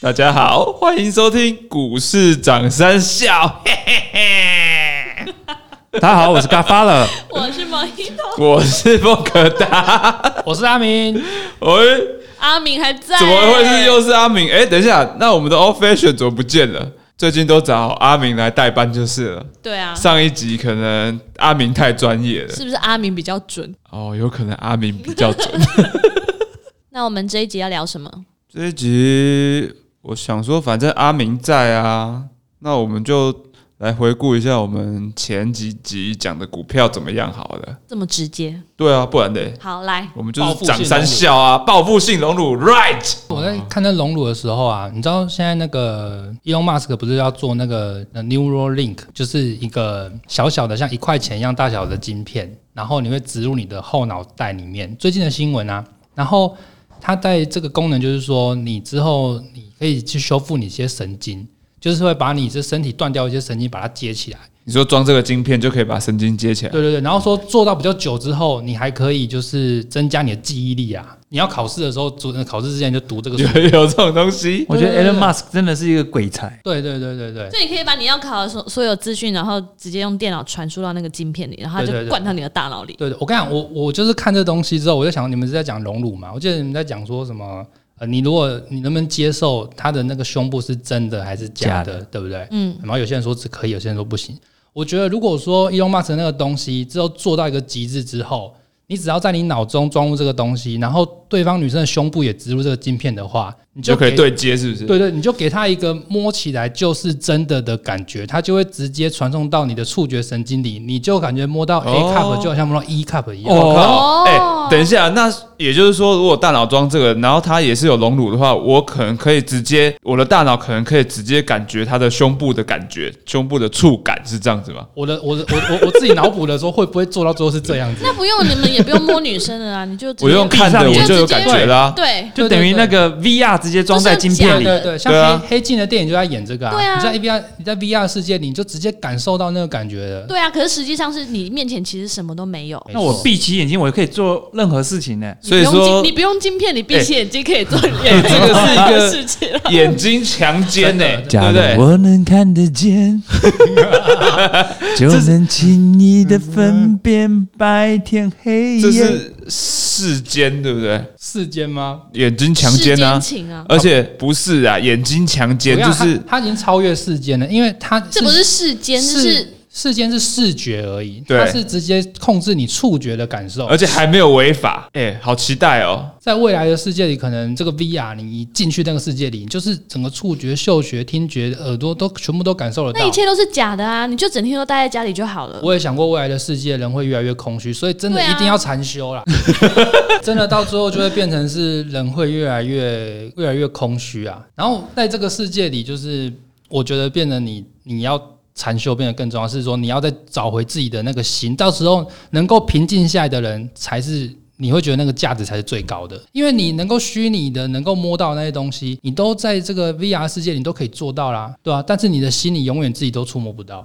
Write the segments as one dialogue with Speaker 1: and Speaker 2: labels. Speaker 1: 大家好，欢迎收听股市涨三笑，嘿嘿嘿。
Speaker 2: 大家好，我是嘎发了。
Speaker 3: 我是王一彤，
Speaker 1: 我是不可达，
Speaker 2: 我是阿明。
Speaker 1: 喂，
Speaker 3: 阿明还在、
Speaker 1: 怎么会是又是阿明？哎、等一下，那我们的 old fashion 怎么不见了？最近都找阿明来代班就是了。
Speaker 3: 对啊，
Speaker 1: 上一集可能阿明太专业了，
Speaker 3: 是不是阿明比较准？
Speaker 1: 哦，有可能阿明比较准。
Speaker 3: 那我们这一集要聊什么？
Speaker 1: 这一集我想说，反正阿明在啊，那我们就来回顾一下我们前几集讲的股票怎么样好了。
Speaker 3: 这么直接？
Speaker 1: 对啊，不然嘞，
Speaker 3: 好，来，
Speaker 1: 我们就是涨三笑啊，报复性荣辱，right？
Speaker 2: 我在看那龙乳的时候啊，你知道现在那个 Elon Musk 不是要做那个呃 Neuralink，就是一个小小的像一块钱一样大小的晶片，然后你会植入你的后脑袋里面。最近的新闻啊，然后它在这个功能就是说，你之后你可以去修复你一些神经，就是会把你这身体断掉一些神经，把它接起来。
Speaker 1: 你说装这个晶片就可以把神经接起来？
Speaker 2: 对对对，然后说做到比较久之后，你还可以就是增加你的记忆力啊。你要考试的时候，读考试之前就读这个书
Speaker 1: 有。有这种东西？
Speaker 4: 我觉得 Elon Musk 真的是一个鬼才，
Speaker 2: 对对对对对
Speaker 3: 所以你可以把你要考的所所有资讯，然后直接用电脑传输到那个晶片里，然后它
Speaker 2: 对对
Speaker 3: 就
Speaker 2: 对
Speaker 3: 灌到你的大脑里。
Speaker 2: 对对，我跟你讲，我我就是看这东西之后，我就想你们是在讲荣辱嘛？我记得你们在讲说什么？呃，你如果你能不能接受他的那个胸部是真的还是假的，
Speaker 4: 假
Speaker 2: 对不对？
Speaker 3: 嗯，
Speaker 2: 然后有些人说只可以，有些人说不行。我觉得如果说 Elon Musk 那个东西之后做到一个极致之后，你只要在你脑中装入这个东西，然后对方女生的胸部也植入这个晶片的话，你
Speaker 1: 你就可以
Speaker 2: 给
Speaker 1: 对接，是不是？
Speaker 2: 对对，你就给他一个摸起来就是真的的感觉，它就会直接传送到你的触觉神经里，你就感觉摸到 A
Speaker 1: 哦
Speaker 2: cup 就好像摸到 E cup 一样。
Speaker 1: 我靠！
Speaker 3: 哦
Speaker 1: 哎、等一下，那也就是说，如果大脑装这个，然后它也是有隆乳的话，我可能可以直接，我的大脑可能可以直接感觉它的胸部的感觉，胸部的触感是这样子吗？
Speaker 2: 我的我的我我我自己脑补的时候，会不会做到最后是这样子？
Speaker 3: 那不用，你们也不用摸女生了啊，你就直接
Speaker 1: 我用看的
Speaker 4: 闭上
Speaker 1: 我
Speaker 4: 眼
Speaker 1: 就有
Speaker 3: 直接
Speaker 1: 感觉啦、
Speaker 3: 对
Speaker 4: 就等于那个 VR 直接装在晶
Speaker 3: 对
Speaker 4: 片
Speaker 2: 对
Speaker 4: 里。
Speaker 2: 对对，像
Speaker 1: 对啊
Speaker 2: 黑黑镜的电影就在演这个啊。
Speaker 3: 对啊
Speaker 2: 你在 VR 你在 VR 世界里，你就直接感受到那个感觉了。
Speaker 3: 对啊，可是实际上是你面前其实什么都没有。
Speaker 2: 没
Speaker 4: 那我闭起眼睛，我也可以做任何事情呢。
Speaker 1: 所以
Speaker 3: 你不用
Speaker 1: 说
Speaker 3: 晶你不用晶片，你闭起眼睛可以做
Speaker 1: 哎
Speaker 3: 眼
Speaker 1: 这个是一个
Speaker 3: 事情了。
Speaker 1: 眼睛强奸哎呢、
Speaker 2: 真
Speaker 1: 对不对？
Speaker 4: 我能看得 见，就能轻易的分辨白天黑
Speaker 1: 这是世间，对不对？
Speaker 2: 世间吗？
Speaker 1: 眼睛强奸啊
Speaker 3: 世间，情啊，
Speaker 1: 而且不是啊，眼睛强奸
Speaker 2: 我跟
Speaker 1: 就
Speaker 2: 你讲
Speaker 1: 是
Speaker 2: 它它已经超越世间了，因为它
Speaker 3: 这不是世间，这是
Speaker 2: 世间是视觉而已，
Speaker 1: 对
Speaker 2: 它是直接控制你触觉的感受
Speaker 1: 而。且还没有违法，哎、好期待哦！
Speaker 2: 在未来的世界里，可能这个 VR 你一进去那个世界里，你就是整个触觉、嗅觉、听觉、耳朵都全部都感受得
Speaker 3: 那
Speaker 2: 到
Speaker 3: 一。切都是假的啊！你就整天都待在家里就好了。
Speaker 2: 我也想过未来的世界人会越来越空虚，所以真的
Speaker 3: 对啊
Speaker 2: 一定要禅修啦。 真的到最后就会变成是人会越来越越来越空虚啊。然后在这个世界里，就是我觉得变得你你要禅修变得更重要，是说你要再找回自己的那个心，到时候能够平静下来的人才是。你会觉得那个价值才是最高的，因为你能够虚拟的、能够摸到那些东西，你都在这个 VR 世界，你都可以做到啦，对吧、但是你的心，你永远自己都触摸不到。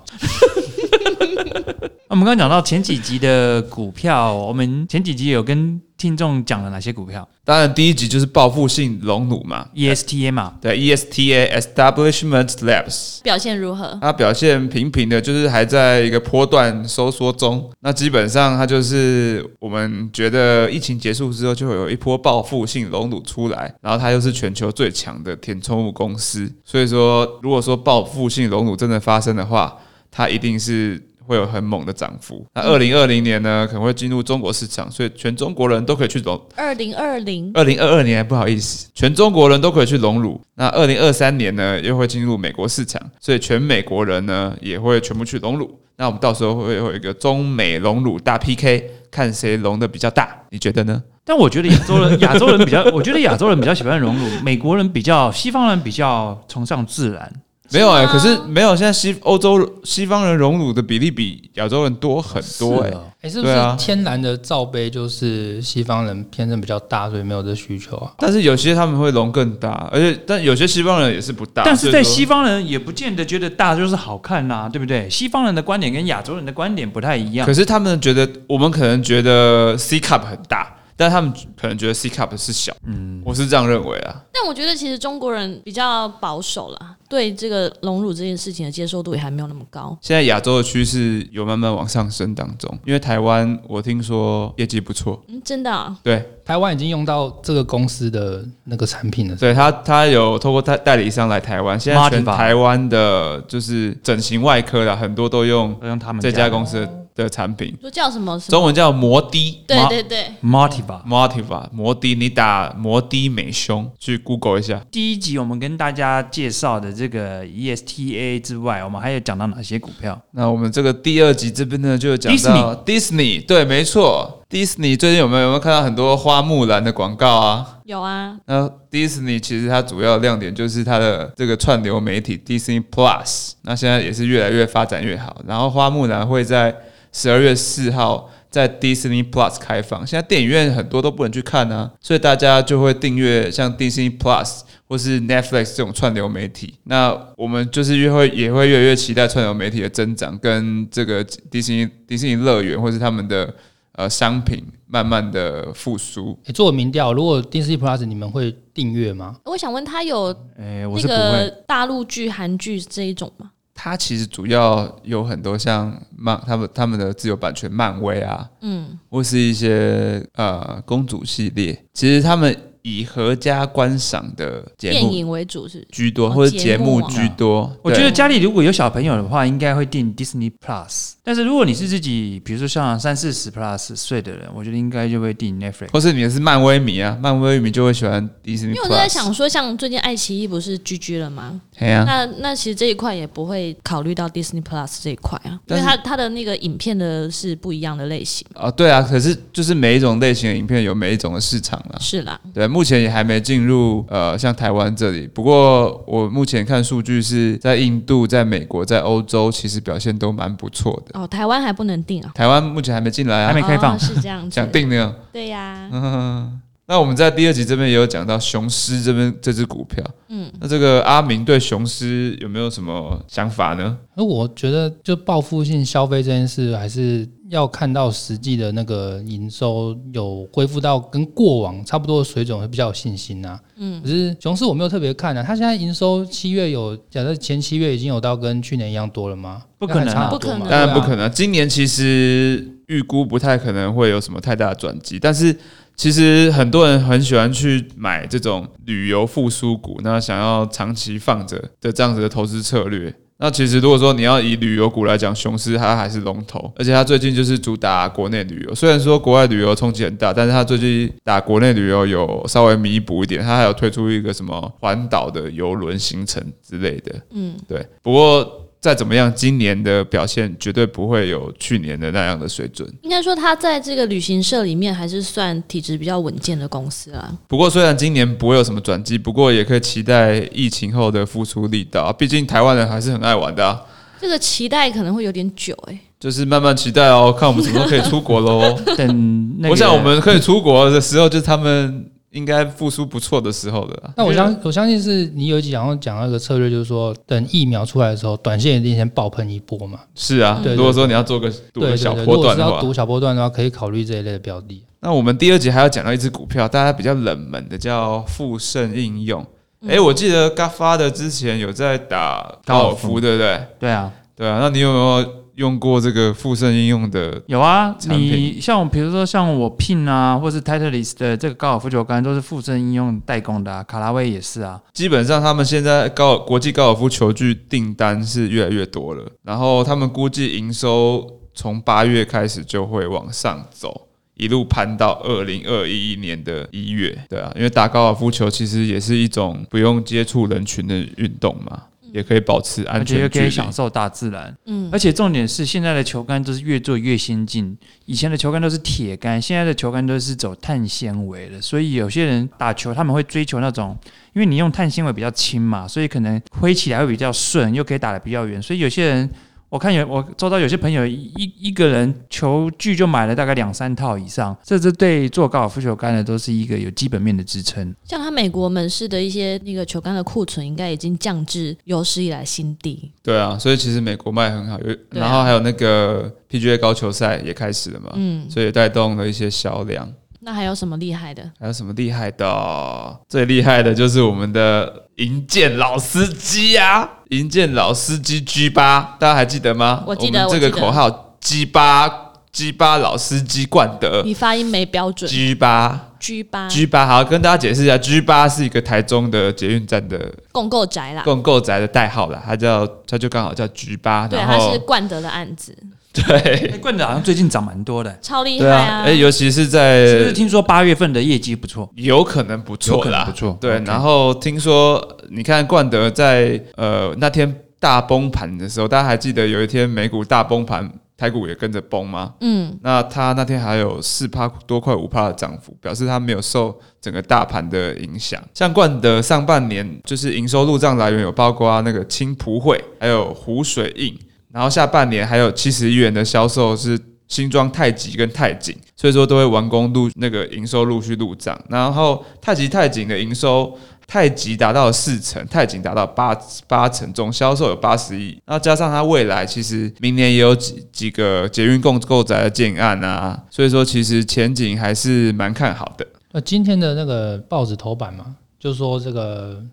Speaker 4: 我们刚刚讲到前几集的股票，我们前几集有跟听众讲了哪些股票？E
Speaker 1: 当然，第一集就是报复性隆乳嘛，
Speaker 4: ？ESTA 嘛，
Speaker 1: 对，E ESTA Establishment Labs，
Speaker 3: 表现如何？
Speaker 1: 它表现平平的，就是还在一个波段收缩中。那基本上它就是我们觉得疫情结束之后就会有一波报复性隆乳出来，然后它又是全球最强的填充物公司，所以说如果说报复性隆乳真的发生的话，它一定是。会有很猛的涨幅。那二零二零年呢，可能会进入中国市场，所以全中国人都可以去隆
Speaker 3: 二零二零
Speaker 1: 二零二二年不好意思，全中国人都可以去隆乳。那二零二三年呢，又会进入美国市场，所以全美国人呢也会全部去隆乳。那我们到时候会有一个中美隆乳大 PK，看谁隆的比较大，你觉得呢？
Speaker 4: 但我觉得亚洲人，亚洲人 比较，我觉得亚洲人比较喜欢荣辱，美国人比较，西方人比较崇尚自然。
Speaker 1: 没有哎、
Speaker 3: 是吗
Speaker 1: 可是没有，现在西欧洲西方人隆乳的比例比亚洲人多很多哎、
Speaker 4: 是哦
Speaker 2: 哎、是不
Speaker 1: 对
Speaker 2: 是
Speaker 1: 啊
Speaker 2: 天然的罩杯就是西方人偏正比较大，所以没有这需求啊？
Speaker 1: 但是有些他们会隆更大，而且但有些西方人也是不大，
Speaker 4: 但是
Speaker 1: 所
Speaker 4: 在
Speaker 1: 以说
Speaker 4: 西方人也不见得觉得大就是好看呐、对不对？西方人的观点跟亚洲人的观点不太一样
Speaker 1: 可。是他们觉得，我们可能觉得 C cup 很大，但他们可能觉得 C cup 是小，嗯，我是这样认为啊。
Speaker 3: 但我觉得其实中国人比较保守啦，对这个隆乳这件事情的接受度也还没有那么高。
Speaker 1: 现在亚洲的趋势有慢慢往上升当中，因为台湾我听说业绩不错，
Speaker 3: 嗯，真的、啊，
Speaker 1: 对，
Speaker 2: 台湾已经用到这个公司的那个产品了。
Speaker 1: 对他，他有透过代代理商来台湾，现在全
Speaker 4: Modiva
Speaker 1: 台湾的就是整形外科啦，很多都用
Speaker 4: 都用他们
Speaker 1: 这家公司的的产品，
Speaker 3: 说叫什么什么？
Speaker 1: 中文叫摩的
Speaker 3: 对
Speaker 4: 妈
Speaker 3: 对对，
Speaker 4: Motiva。
Speaker 1: Motiva 摩的，你打摩的美胸去 Google 一下，
Speaker 4: 第一集我们跟大家介绍的这个 E ESTA 之外，我们还有讲到哪些股票？
Speaker 1: 那我们这个第二集这边呢，就有讲到 Disney，对，没错，Disney 最近有没有有没有看到很多花木兰的广告啊？
Speaker 3: 有啊，
Speaker 1: 那 Disney 其实它主要的亮点就是它的这个串流媒体 Disney Plus，那现在也是越来越发展越好。然后花木兰会在十二月四号在 Disney Plus 开放，现在电影院很多都不能去看啊，所以大家就会订阅像 Disney Plus 或是 Netflix 这种串流媒体。那我们就是越会也会越来越期待串流媒体的增长，跟这个迪士尼迪士尼乐园或是他们的呃商品慢慢的复苏。
Speaker 2: 诶哎做个民调，如果 Disney Plus 你们会订阅吗？
Speaker 3: 我想问他有
Speaker 4: 哎，我
Speaker 3: 那
Speaker 4: 是不会。
Speaker 3: 个大陆剧、韩剧这一种吗？
Speaker 1: 它其实主要有很多像漫他们他们的自由版权，漫威啊，
Speaker 3: 嗯，
Speaker 1: 或是一些呃公主系列，其实他们以合家观赏的节
Speaker 3: 电
Speaker 1: 目
Speaker 3: 影为主是
Speaker 1: 居多，
Speaker 3: 哦
Speaker 1: 或者节目
Speaker 3: 节目啊
Speaker 1: 居多。
Speaker 4: 我
Speaker 1: 对
Speaker 4: 觉得家里如果有小朋友的话，应该会订 Disney Plus。但是如果你是自己，比如说像三四十 Plus 岁的人，我觉得应该就会订 Netflix。
Speaker 1: 或是你是漫威迷啊，漫威迷就会喜欢迪士尼。
Speaker 3: 因为我就在想，说，像最近爱奇艺不是 GG 了吗？
Speaker 1: 哎呀、
Speaker 3: 那那其实这一块也不会考虑到 Disney Plus 这一块啊，因
Speaker 1: 但
Speaker 3: 为
Speaker 1: 是
Speaker 3: 它它的那个影片的是不一样的类型，
Speaker 1: 啊，对啊，可是就是每一种类型的影片有每一种的市场啦。
Speaker 3: 是啦，
Speaker 1: 对，目前也还没进入呃，像台湾这里。不过我目前看数据是在印度、在美国、在欧洲，其实表现都蛮不错的。
Speaker 3: 哦，台湾还不能定啊，
Speaker 1: 台湾目前还没进来
Speaker 4: 还
Speaker 1: 啊
Speaker 4: 没，开放
Speaker 3: 哦、是这样子，
Speaker 1: 想定呢。
Speaker 3: 对呀、
Speaker 1: 嗯，那我们在第二集这边也有讲到雄狮这边这只股票，
Speaker 3: 嗯，
Speaker 1: 那这个阿明对雄狮有没有什么想法呢？
Speaker 2: 而我觉得，就报复性消费这件事，还是要看到实际的那个营收有恢复到跟过往差不多的水准，会比较有信心啊。嗯，可是熊市我没有特别看啊，它现在营收七月有，假设前七月已经有到跟去年一样多了吗？
Speaker 4: 不可能啊
Speaker 2: 那还差很多嘛
Speaker 3: 不可能
Speaker 1: 当然
Speaker 2: 对啊
Speaker 1: 不可能，今年其实预估不太可能会有什么太大的转机，但是。其实很多人很喜欢去买这种旅游复苏股，那想要长期放着的这样子的投资策略。那其实如果说你要以旅游股来讲，雄狮它还是龙头，而且它最近就是主打国内旅游。虽然说国外旅游冲击很大，但是它最近打国内旅游有稍微弥补一点，它还有推出一个什么环岛的游轮行程之类的。
Speaker 3: 嗯，
Speaker 1: 对。不过再怎么样，今年的表现绝对不会有去年的那样的水准。
Speaker 3: 应该说它在这个旅行社里面还是算体质比较稳健的公司啦。
Speaker 1: 不过虽然今年不会有什么转机，不过也可以期待疫情后的复苏力道啊。毕竟台湾人还是很爱玩的、啊，
Speaker 3: 这个期待可能会有点久哎、
Speaker 1: 就是慢慢期待哦，看我们什么时候可以出国喽。
Speaker 4: 等那个，
Speaker 1: 我想啊我们可以出国的时候，就是他们应该复苏不错的时候了啊。
Speaker 2: 那我相我相信是你有一集想要讲到一个策略，就是说等疫苗出来的时候，短线一定先爆喷一波嘛。
Speaker 1: 是啊，
Speaker 2: 对对
Speaker 1: 如果说你要做个赌
Speaker 2: 对
Speaker 1: 个
Speaker 2: 对
Speaker 1: 小
Speaker 2: 对，如
Speaker 1: 波
Speaker 2: 果
Speaker 1: 段
Speaker 2: 是
Speaker 1: 的
Speaker 2: 要
Speaker 1: 话，
Speaker 2: 赌小波段的话，可以考虑这一类的标的。
Speaker 1: 那我们第二集还要讲到一只股票，大家比较冷门的叫富盛应用。哎、我记得 g a f a 的之前有在打高尔
Speaker 4: 高尔
Speaker 1: 夫，对不对？
Speaker 4: 对啊，
Speaker 1: 对啊，那你有没有用过这个富盛应用的？
Speaker 4: 有啊，
Speaker 1: 产品
Speaker 4: 你像我，比如说像我 Pin 啊，或是 Titleist 的这个高尔夫球杆，都是附赠应用代工的啊，卡拉威也是啊。
Speaker 1: 基本上他们现在呃高国际高尔夫球具订单是越来越多了，然后他们估计营收从八月开始就会往上走。一路攀到二零二一年的一月，对啊，因为打高尔夫球其实也是一种不用接触人群的运动嘛，也可以保持安
Speaker 4: 而且
Speaker 1: 全
Speaker 4: 又
Speaker 1: 距
Speaker 4: 可以
Speaker 1: 离。
Speaker 4: 享受大自然。
Speaker 3: 嗯
Speaker 4: 而且重点是，现在的球杆都是越做越先进，以前的球杆都是铁杆，现在的球杆都是走碳纤维的，所以有些人打球他们会追求那种，因为你用碳纤维比较轻嘛，所以可能挥起来会比较顺，又可以打得比较远，所以有些人。我看有我周到有些朋友一一一个人球具就买了大概两三套以上，这是对做高尔夫球杆的都是一个有基本面的支撑。
Speaker 3: 像它美国门市的一些那个球杆的库存，应该已经降至有史以来新低。
Speaker 1: 对啊，所以其实美国卖很好，有、
Speaker 3: 对啊
Speaker 1: 然后还有那个 PGA 高球赛也开始了嘛，
Speaker 3: 嗯，
Speaker 1: 所以也带动了一些销量。
Speaker 3: 那还有什么厉害的？
Speaker 1: 还有什么厉害的？最厉害的就是我们的银建老司机啊！银建老司机 G 八，大家还记得吗？
Speaker 3: 我记得
Speaker 1: 们这个
Speaker 3: 我记得
Speaker 1: 口号 G 八 G 八老司机冠德
Speaker 3: 你发音没标准
Speaker 1: 呃 G 八
Speaker 3: ，G 八
Speaker 1: G 八，好跟大家解释一下，G 八是一个台中的捷运站的
Speaker 3: 共购宅啦，
Speaker 1: 共购宅的代号啦，它叫它就刚好叫 G 八，
Speaker 3: 对，
Speaker 1: 然
Speaker 3: 它
Speaker 1: 后
Speaker 3: 是冠德的案子，
Speaker 1: 对
Speaker 4: 哎，冠德好像最近涨蛮多的，
Speaker 3: 超厉害
Speaker 1: 对啊，哎，尤其是在
Speaker 4: 是不是？听说八月份的业绩不错，
Speaker 1: 有可能不
Speaker 4: 有
Speaker 1: 错
Speaker 4: 可能
Speaker 1: 啦，
Speaker 4: 不错
Speaker 1: 对，
Speaker 4: OK
Speaker 1: 然后听说，你看冠德在呃那天大崩盘的时候，大家还记得有一天美股大崩盘，台股也跟着崩吗？
Speaker 3: 嗯，
Speaker 1: 那它那天还有四趴多快五趴的涨幅，表示它没有受整个大盘的影响。像冠德上半年就是营收入账来源有包括那个青浦会，还有湖水印，然后下半年还有七十亿元的销售是新庄太极跟太景，所以说都会完工陆那个营收陆续入账。然后太极太景的营收。太极达到了四成，太景达到八八成，总销售有八十亿。那加上它未来其实明年也有几几个捷运共购宅的建案啊，所以说其实前景还是蛮看好的。
Speaker 2: 呃，今天的那个报纸头版嘛，就说这个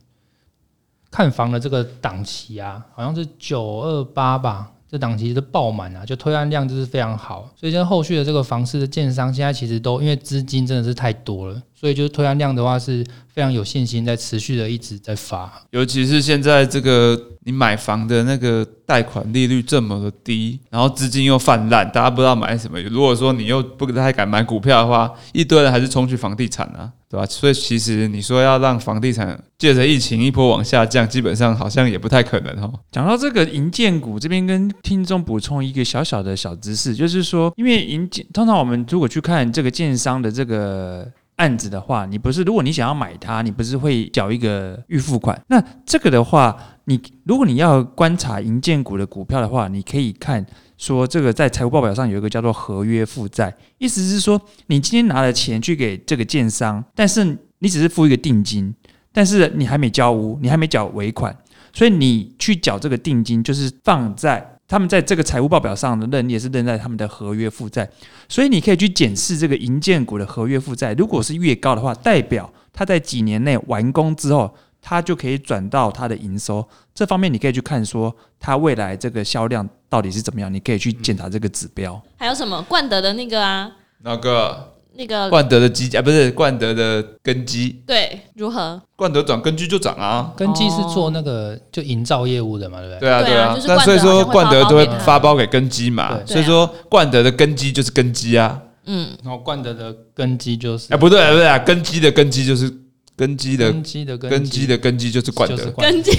Speaker 2: 看房的这个档期啊，好像是九二八吧，这档期是爆满啊，就推案量就是非常好，所以现在后续的这个房市的建商现在其实都因为资金真的是太多了，所以就是推案量的话是非常有信心在持续的一直在发。
Speaker 1: 尤其是现在这个你买房的那个贷款利率这么的低，然后资金又泛滥，大家不知道买什么。如果说你又不太敢买股票的话，一堆人还是冲去房地产啊，对吧、所以其实你说要让房地产借着疫情一波往下降，基本上好像也不太可能哦。
Speaker 4: 讲到这个银建股这边，跟听众补充一个小小的小知识，就是说，因为银建通常我们如果去看这个建商的这个案子的话，你不是如果你想要买它，你不是会缴一个预付款？那这个的话，你如果你要观察银建股的股票的话，你可以看说这个在财务报表上有一个叫做合约负债，意思是说你今天拿了钱去给这个建商，但是你只是付一个定金，但是你还没交屋，你还没缴尾款。所以你去缴这个定金，就是放在他们在这个财务报表上的认列是认在他们的合约负债，所以你可以去检视这个银建股的合约负债，如果是越高的话，代表它在几年内完工之后，它就可以转到它的营收这方面，你可以去看说它未来这个销量到底是怎么样，你可以去检查这个指标。
Speaker 3: 还有什么冠德的那个啊，
Speaker 1: 那个
Speaker 3: 那个
Speaker 1: 冠德的基啊，不是冠德的根基，
Speaker 3: 对如何？
Speaker 1: 冠德涨根基就涨啊。
Speaker 2: 根基是做那个就营造业务的嘛，对不对？
Speaker 1: 对啊，
Speaker 3: 对啊
Speaker 1: 对啊
Speaker 3: 就是，
Speaker 1: 那所以说
Speaker 3: 冠
Speaker 1: 冠
Speaker 3: 德
Speaker 1: 德
Speaker 3: 好像
Speaker 1: 都
Speaker 3: 会
Speaker 1: 会
Speaker 3: 发
Speaker 1: 发包给根基嘛，
Speaker 2: 对
Speaker 1: 所以说冠德的根基就是根基啊，
Speaker 3: 嗯，
Speaker 2: 然后冠德的根基就是
Speaker 1: 哎，不对，不对啊，根基的根基就是根基的
Speaker 2: 根基的根
Speaker 1: 根基的根基就是冠
Speaker 2: 就
Speaker 1: 德
Speaker 2: 是，冠德
Speaker 3: 根基，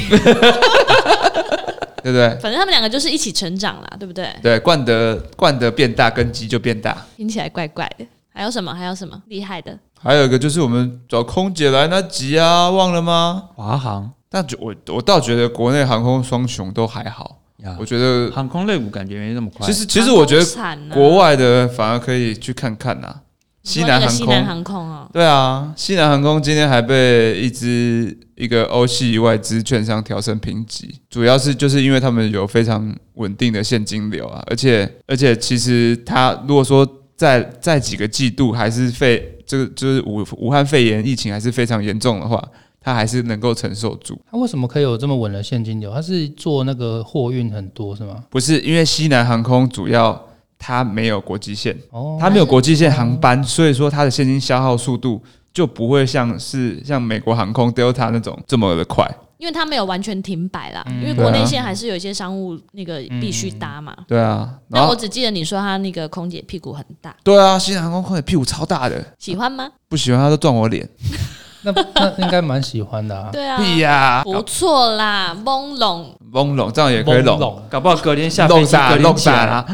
Speaker 1: 对不对？
Speaker 3: 反正他们两个就是一起成长啦，对不对？
Speaker 1: 对，冠德冠德变大，根基就变大。
Speaker 3: 听起来怪怪的。还有什么？还有什么厉害的？
Speaker 1: 还有一个就是我们找空姐来那集啊，忘了吗？
Speaker 4: 华航
Speaker 1: 但觉我我倒觉得国内航空双雄都还好，
Speaker 4: 呀
Speaker 2: 啊
Speaker 1: 我，觉得
Speaker 4: 航空类股感觉没那么快。
Speaker 1: 其实其实我觉得
Speaker 3: 得
Speaker 1: 国外的反而可以去看看呐、西南航
Speaker 3: 西
Speaker 1: 空
Speaker 3: 南航空哦，
Speaker 1: 对啊，西南航空今天还被一支一个欧系外资券商调升评级，主要是就是因为他们有非常稳定的现金流啊，而且而且其实它如果说在在几个季度还是肺这个就是武武汉肺炎疫情还是非常严重的话，它还是能够承受住。
Speaker 2: 他为什么可以有这么稳的现金流？他是做那个货运很多是吗？
Speaker 1: 不是因为西南航空主要它没有国际线，
Speaker 2: 哦，
Speaker 1: 它没有国际线航班，所以说它的现金消耗速度就不会像是像美国航空 Delta 那种这么的快。
Speaker 3: 因为它没有完全停摆啦，
Speaker 2: 嗯
Speaker 3: 因为国
Speaker 1: 对
Speaker 3: 内
Speaker 1: 啊
Speaker 3: 线还是有一些商务那个必须搭嘛。
Speaker 1: 对啊，然
Speaker 3: 但我
Speaker 1: 后
Speaker 3: 只记得你说他那个空姐屁股很大，
Speaker 1: 对啊，西南航空空姐屁股超大的，
Speaker 3: 喜欢吗？
Speaker 1: 不喜欢她都撞我脸，
Speaker 2: 那那应该蛮喜欢的啊。
Speaker 3: 对啊，
Speaker 1: 屁呀、
Speaker 3: 不错啦，朦胧
Speaker 1: 翁拢这样也可以拢，
Speaker 2: 拢
Speaker 4: 搞不好隔天下飞
Speaker 1: 弄
Speaker 4: 机
Speaker 1: 啥
Speaker 4: 隔天
Speaker 1: 弄
Speaker 4: 起
Speaker 1: 啥
Speaker 4: 来
Speaker 1: 啦，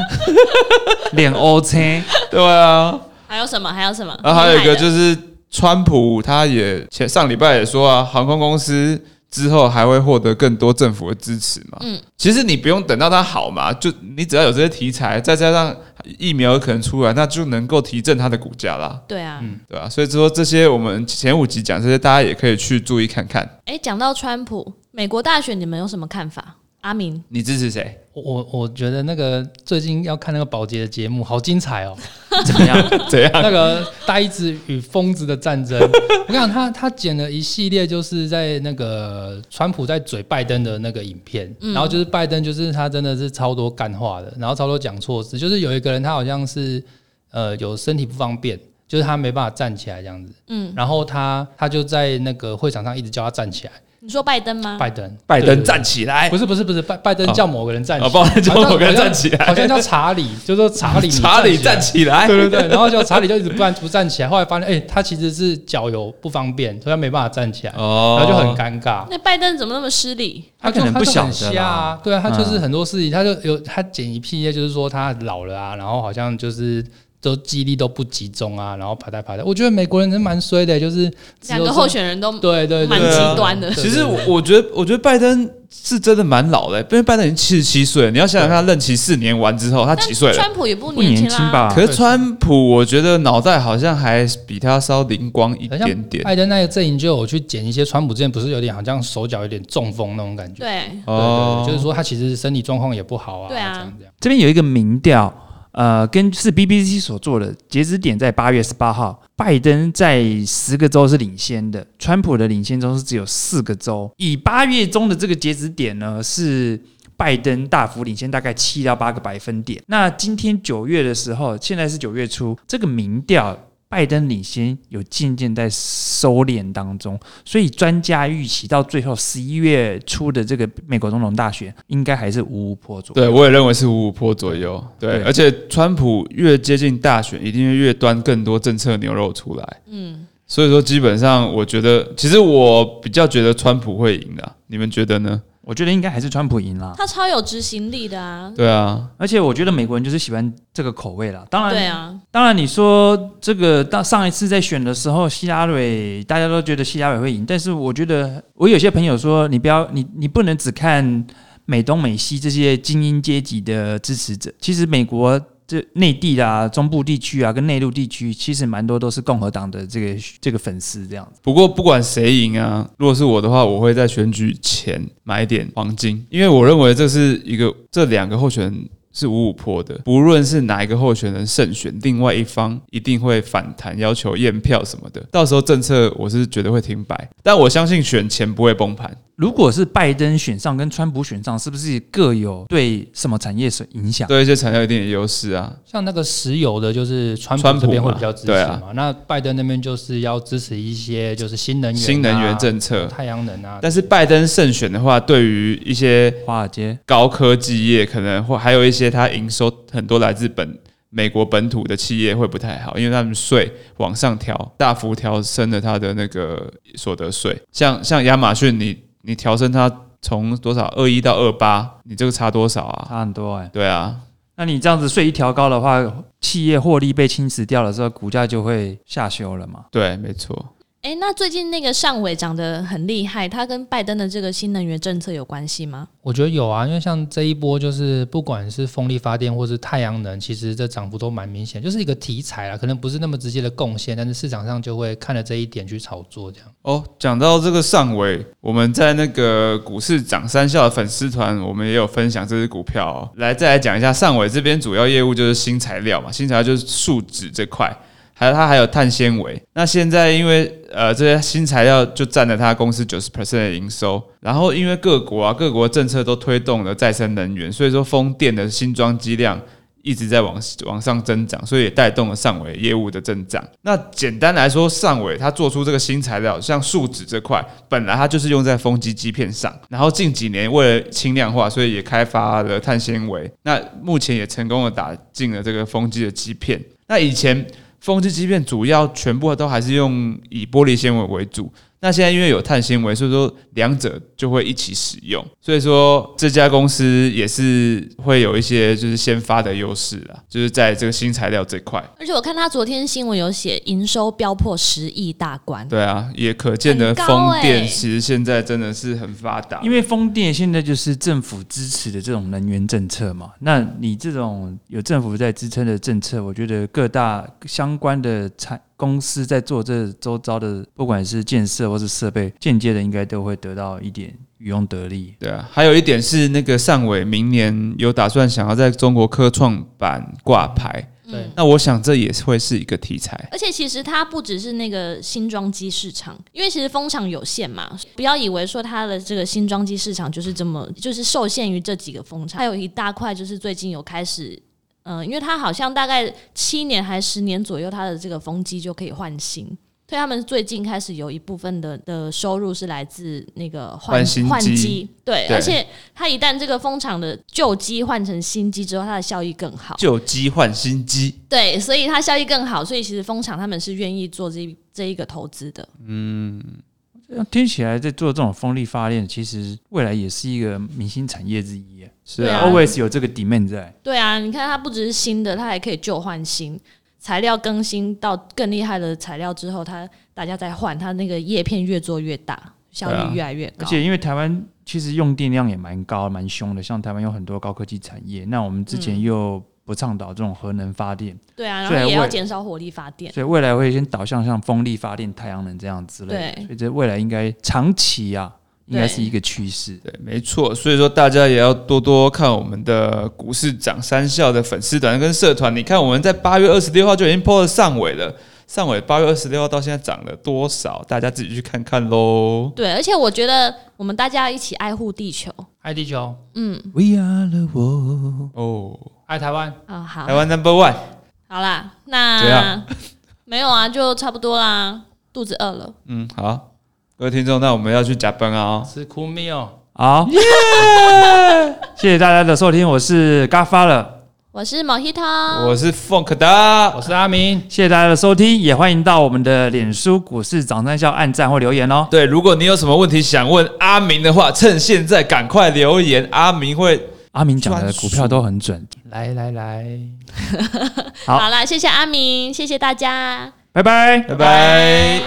Speaker 4: 脸欧青。
Speaker 1: 对啊，
Speaker 3: 还有什么？还有什么？
Speaker 1: 然后啊还有一个
Speaker 3: 是
Speaker 1: 就是川普，他也前上礼拜也说啊，航空公司之后还会获得更多政府的支持嘛。
Speaker 3: 嗯，
Speaker 1: 其实你不用等到它好嘛，就你只要有这些题材，再加上疫苗有可能出来，那就能够提振它的股价啦，
Speaker 3: 对啊，
Speaker 1: 对吧、所以说这些我们前五集讲这些，大家也可以去注意看看。
Speaker 3: 哎、讲到川普，美国大选你们有什么看法？阿明，
Speaker 1: 你支持谁？
Speaker 2: 我我我觉得那个最近要看那个保洁的节目，好精彩 哦！
Speaker 4: 怎么样？
Speaker 1: 怎样？
Speaker 2: 那个呆子与疯子的战争，我跟你讲，他他剪了一系列，就是在那个川普在嘴拜登的那个影片，
Speaker 1: 嗯
Speaker 2: 然后就是拜登，就是他真的是超多干话的，然后超多讲错字，就是有一个人他好像是呃有身体不方便，就是他没办法站起来这样子，
Speaker 3: 嗯，
Speaker 2: 然后他他就在那个会场上一直叫他站起来，
Speaker 3: 你说拜登
Speaker 1: 嗯
Speaker 3: 吗？
Speaker 2: 拜登，
Speaker 1: 拜
Speaker 2: 对
Speaker 1: 登
Speaker 2: 对对
Speaker 1: 站起来！
Speaker 2: 不是不是不是，拜拜登
Speaker 1: 哦
Speaker 2: 叫某个人站起
Speaker 1: 哎哦
Speaker 2: 来，
Speaker 1: 拜登叫
Speaker 2: 好像
Speaker 1: 某个人
Speaker 2: 好像
Speaker 1: 站起来
Speaker 2: 好像叫 查理，就说查理，
Speaker 1: 查理站
Speaker 2: 起
Speaker 1: 起来！
Speaker 2: 来， 对对对，然后就查理就一直不站不站起来，后来发现哎、他其实是脚有不方便，所以他没办法站起来，
Speaker 1: 哦
Speaker 2: 然后就很尴尬。
Speaker 3: 那拜登怎么那么失礼？
Speaker 4: 他
Speaker 2: 就
Speaker 4: 可能
Speaker 2: 就
Speaker 4: 不晓
Speaker 2: 很瞎
Speaker 4: 得啦
Speaker 2: 啊，对啊，他就是
Speaker 4: 嗯
Speaker 2: 很多事情，他就有他剪一屁耶，就是说他老了啊，然后好像就是都记忆力都不集中啊，然后爬来爬来。我觉得美国人真蛮衰的，就是只
Speaker 3: 两
Speaker 2: 有
Speaker 3: 个
Speaker 2: 这
Speaker 3: 候选人都
Speaker 2: 对对对
Speaker 3: 蛮
Speaker 1: 极
Speaker 3: 端的
Speaker 1: 其实我我觉得，我觉得拜登是真的蛮老的、因为拜登已经七十七岁了。你要想想看，他任期四年完之后，他啊几岁了？
Speaker 3: 川普也不
Speaker 4: 不年
Speaker 3: 轻
Speaker 4: 轻
Speaker 3: 啦，
Speaker 4: 吧？
Speaker 1: 可是川普，我觉得脑袋好像还比他稍灵光一
Speaker 2: 好像
Speaker 1: 点点。
Speaker 2: 拜登那个阵营就有去剪一些川普之前不是有点好像手脚有点中风那种感觉，
Speaker 3: 对，
Speaker 2: 对
Speaker 1: 哦
Speaker 2: 对对就是说他其实身体状况也不好啊，
Speaker 3: 对啊
Speaker 2: 这样这样。
Speaker 4: 这边有一个民调，呃，根据是 BBC 所做的，截止点在八月十八号，拜登在十个州是领先的，川普的领先州是只有四个州。以八月中的这个截止点呢，是。拜登大幅领先大概七到八个百分点。那今天九月的时候，现在是九月初，这个民调拜登领先有渐渐在收敛当中，所以专家预期到最后十一月初的这个美国总统大选，应该还是五五破左右。
Speaker 1: 对，我也认为是五五坡左右。对，
Speaker 4: 对
Speaker 1: 而且川普越接近大选，一定会越端更多政策牛肉出来。
Speaker 3: 嗯，
Speaker 1: 所以说，基本上我觉得，其实我比较觉得川普会赢的啊，你们觉得呢？
Speaker 4: 我觉得应该还是川普赢啦。
Speaker 3: 他超有执行力的啊，
Speaker 1: 对啊，
Speaker 4: 而且我觉得美国人就是喜欢这个口味啦。当然，
Speaker 3: 对啊，
Speaker 4: 当然你说这个当上一次在选的时候，希拉蕊大家都觉得希拉蕊会赢，但是我觉得我有些朋友说，你不要你你不能只看美东美西这些精英阶级的支持者，其实美国。这内地啦、中部地区啊，跟内陆地区，其实蛮多都是共和党的这个这个粉丝这样子。
Speaker 1: 不过不管谁赢啊，如果是我的话，我会在选举前买一点黄金，因为我认为这是一个这两个候选人是五五坡的，不论是哪一个候选人胜选，另外一方一定会反弹，要求验票什么的。到时候政策我是绝对会停摆，但我相信选前不会崩盘。
Speaker 4: 如果是拜登选上跟川普选上，是不是各有对什么产业所影响？
Speaker 1: 对一些产业有一定的优势啊，
Speaker 2: 像那个石油的，就是川
Speaker 1: 川
Speaker 2: 普
Speaker 1: 普
Speaker 2: 这边会
Speaker 1: 嘛
Speaker 2: 比较支持
Speaker 1: 对啊
Speaker 2: 嘛，那拜登那边就是要支持一些就是新能源、啊
Speaker 1: 新能源、政策。
Speaker 2: 太阳能啊。
Speaker 1: 但是拜登胜选的话，对于一些
Speaker 4: 华尔街
Speaker 1: 高科技业可能或还有一些它营收很多来自本美国本土的企业会不太好，因为他们税往上调，大幅调升了它的那个所得税。像像亚马逊你，你调升它从多少二一到二八，你这个差多少啊？
Speaker 4: 差很多哎、
Speaker 1: 对啊，
Speaker 4: 那你这样子税一调高的话，企业获利被侵蚀掉了之后，股价就会下修了嘛？
Speaker 1: 对，没错。
Speaker 3: 哎，那最近那个上委涨得很厉害，他跟拜登的这个新能源政策有关系吗？
Speaker 2: 我觉得有啊，因为像这一波就是不管是风力发电或是太阳能，其实这涨幅都蛮明显，就是一个题材啦，可能不是那么直接的贡献，但是市场上就会看着这一点去炒作这样。
Speaker 1: 哦，讲到这个上尾，我们在那个股市涨三校的粉丝团，我们也有分享这只股票、哦。来，再来讲一下上尾这边主要业务就是新材料嘛，新材料就是树脂这块，还有它还有碳纤维。那现在因为呃这些新材料就占了它公司九十 percent 的营收，然后因为各国啊各国政策都推动了再生能源，所以说风电的新装机量。一直在往往上增长，所以也带动了上尾业务的增长。那简单来说，上尾它做出这个新材料，像树脂这块，本来它就是用在风机机片上，然后近几年为了轻量化，所以也开发了碳纤维。那目前也成功的打进了这个风机的机片。那以前风机机片主要全部都还是用以玻璃纤维为主。那现在因为有碳纤维，所以说两者就会一起使用，所以说这家公司也是会有一些就是先发的优势啦，就是在这个新材料这块。
Speaker 3: 而且我看他昨天新闻有写营收飙破十亿大关，
Speaker 1: 对啊，也可见的
Speaker 3: 很高
Speaker 1: 风电
Speaker 3: 欸
Speaker 1: 其实现在真的是很发达，
Speaker 4: 因为风电现在就是政府支持的这种能源政策嘛，那你这种有政府在支撑的政策，我觉得各大相关的产公司在做这周遭的，不管是建设或是设备，间接的应该都会得到一点渔翁得利。
Speaker 1: 对啊，还有一点是那个尚伟明年有打算想要在中国科创板挂牌，
Speaker 2: 对
Speaker 1: 那我想这也会是一个题材。
Speaker 3: 而且其实它不只是那个新装机市场，因为其实风场有限嘛，不要以为说它的这个新装机市场就是这么，就是受限于这几个风场，还有一大块就是最近有开始。嗯，因为它好像大概七年还十年左右，它的这个风机就可以换新，所以他们最近开始有一部分的的收入是来自那个
Speaker 1: 换
Speaker 3: 换
Speaker 1: 新
Speaker 3: 换
Speaker 1: 机
Speaker 3: 机，对，
Speaker 1: 对
Speaker 3: 而且它一旦这个风场的旧机换成新机之后，它的效益更好。
Speaker 1: 旧机换新机，
Speaker 3: 对，所以它效益更好，所以其实蜂场他们是愿意做这一这一个投资的。
Speaker 4: 这样听起来，在做这种风力发电，其实未来也是一个明星产业之一啊。
Speaker 1: 是
Speaker 3: 对啊
Speaker 4: Always 有这个 demand 在。
Speaker 3: 对啊，你看它不只是新的，它还可以旧换新，材料更新到更厉害的材料之后，它大家再换，它那个叶片越做越大，效
Speaker 1: 对啊
Speaker 3: 益越来越高。
Speaker 4: 而且因为台湾其实用电量也蛮高、蛮凶的，像台湾有很多高科技产业，那我们之
Speaker 3: 嗯
Speaker 4: 前又不倡导这种核能发电，
Speaker 3: 对啊，然
Speaker 4: 虽然
Speaker 3: 后也
Speaker 4: 我
Speaker 3: 要
Speaker 4: 也
Speaker 3: 减少火力发电。
Speaker 4: 所以未来会先导向像风力发电、太阳能这样之类的，
Speaker 3: 对
Speaker 4: 所以这未来应该长期啊，应该是一个趋势。
Speaker 1: 对，没错。所以说大家也要多多看我们的股市涨三校的粉丝团跟社团。你看我们在八月二十六号就已经 PO 了上尾了，上尾八月二十六号到现在涨了多少？大家自己去看看喽。
Speaker 3: 对，而且我觉得我们大家一起爱护地球。
Speaker 2: 爱地球，
Speaker 3: 嗯，
Speaker 4: We are the world。
Speaker 1: 哦，
Speaker 2: 爱台湾，
Speaker 3: 啊、好
Speaker 1: 台，湾 Number One，
Speaker 3: 好啦，
Speaker 1: 怎
Speaker 3: 那
Speaker 1: 样
Speaker 3: 没有啊，就差不多啦，肚子饿了。
Speaker 1: 嗯，好，各位听众，那我们要去加班啊、哦。
Speaker 2: 吃 cool meal，
Speaker 4: 好， 谢谢大家的收听，我是嘎发了，
Speaker 3: 我是 Mojito，
Speaker 1: 哦我是凤可达
Speaker 2: 我，是阿明，
Speaker 4: 谢谢大家的收听，也欢迎到我们的脸书股市涨三笑按赞或留言哦。
Speaker 1: 对，如果你有什么问题想问阿明的话，趁现在赶快留言，阿明会
Speaker 4: 阿明讲的股票都很准，
Speaker 2: 来来来，
Speaker 4: 好
Speaker 3: 好啦，谢谢阿明，谢谢大家。
Speaker 4: 拜拜。
Speaker 1: 拜拜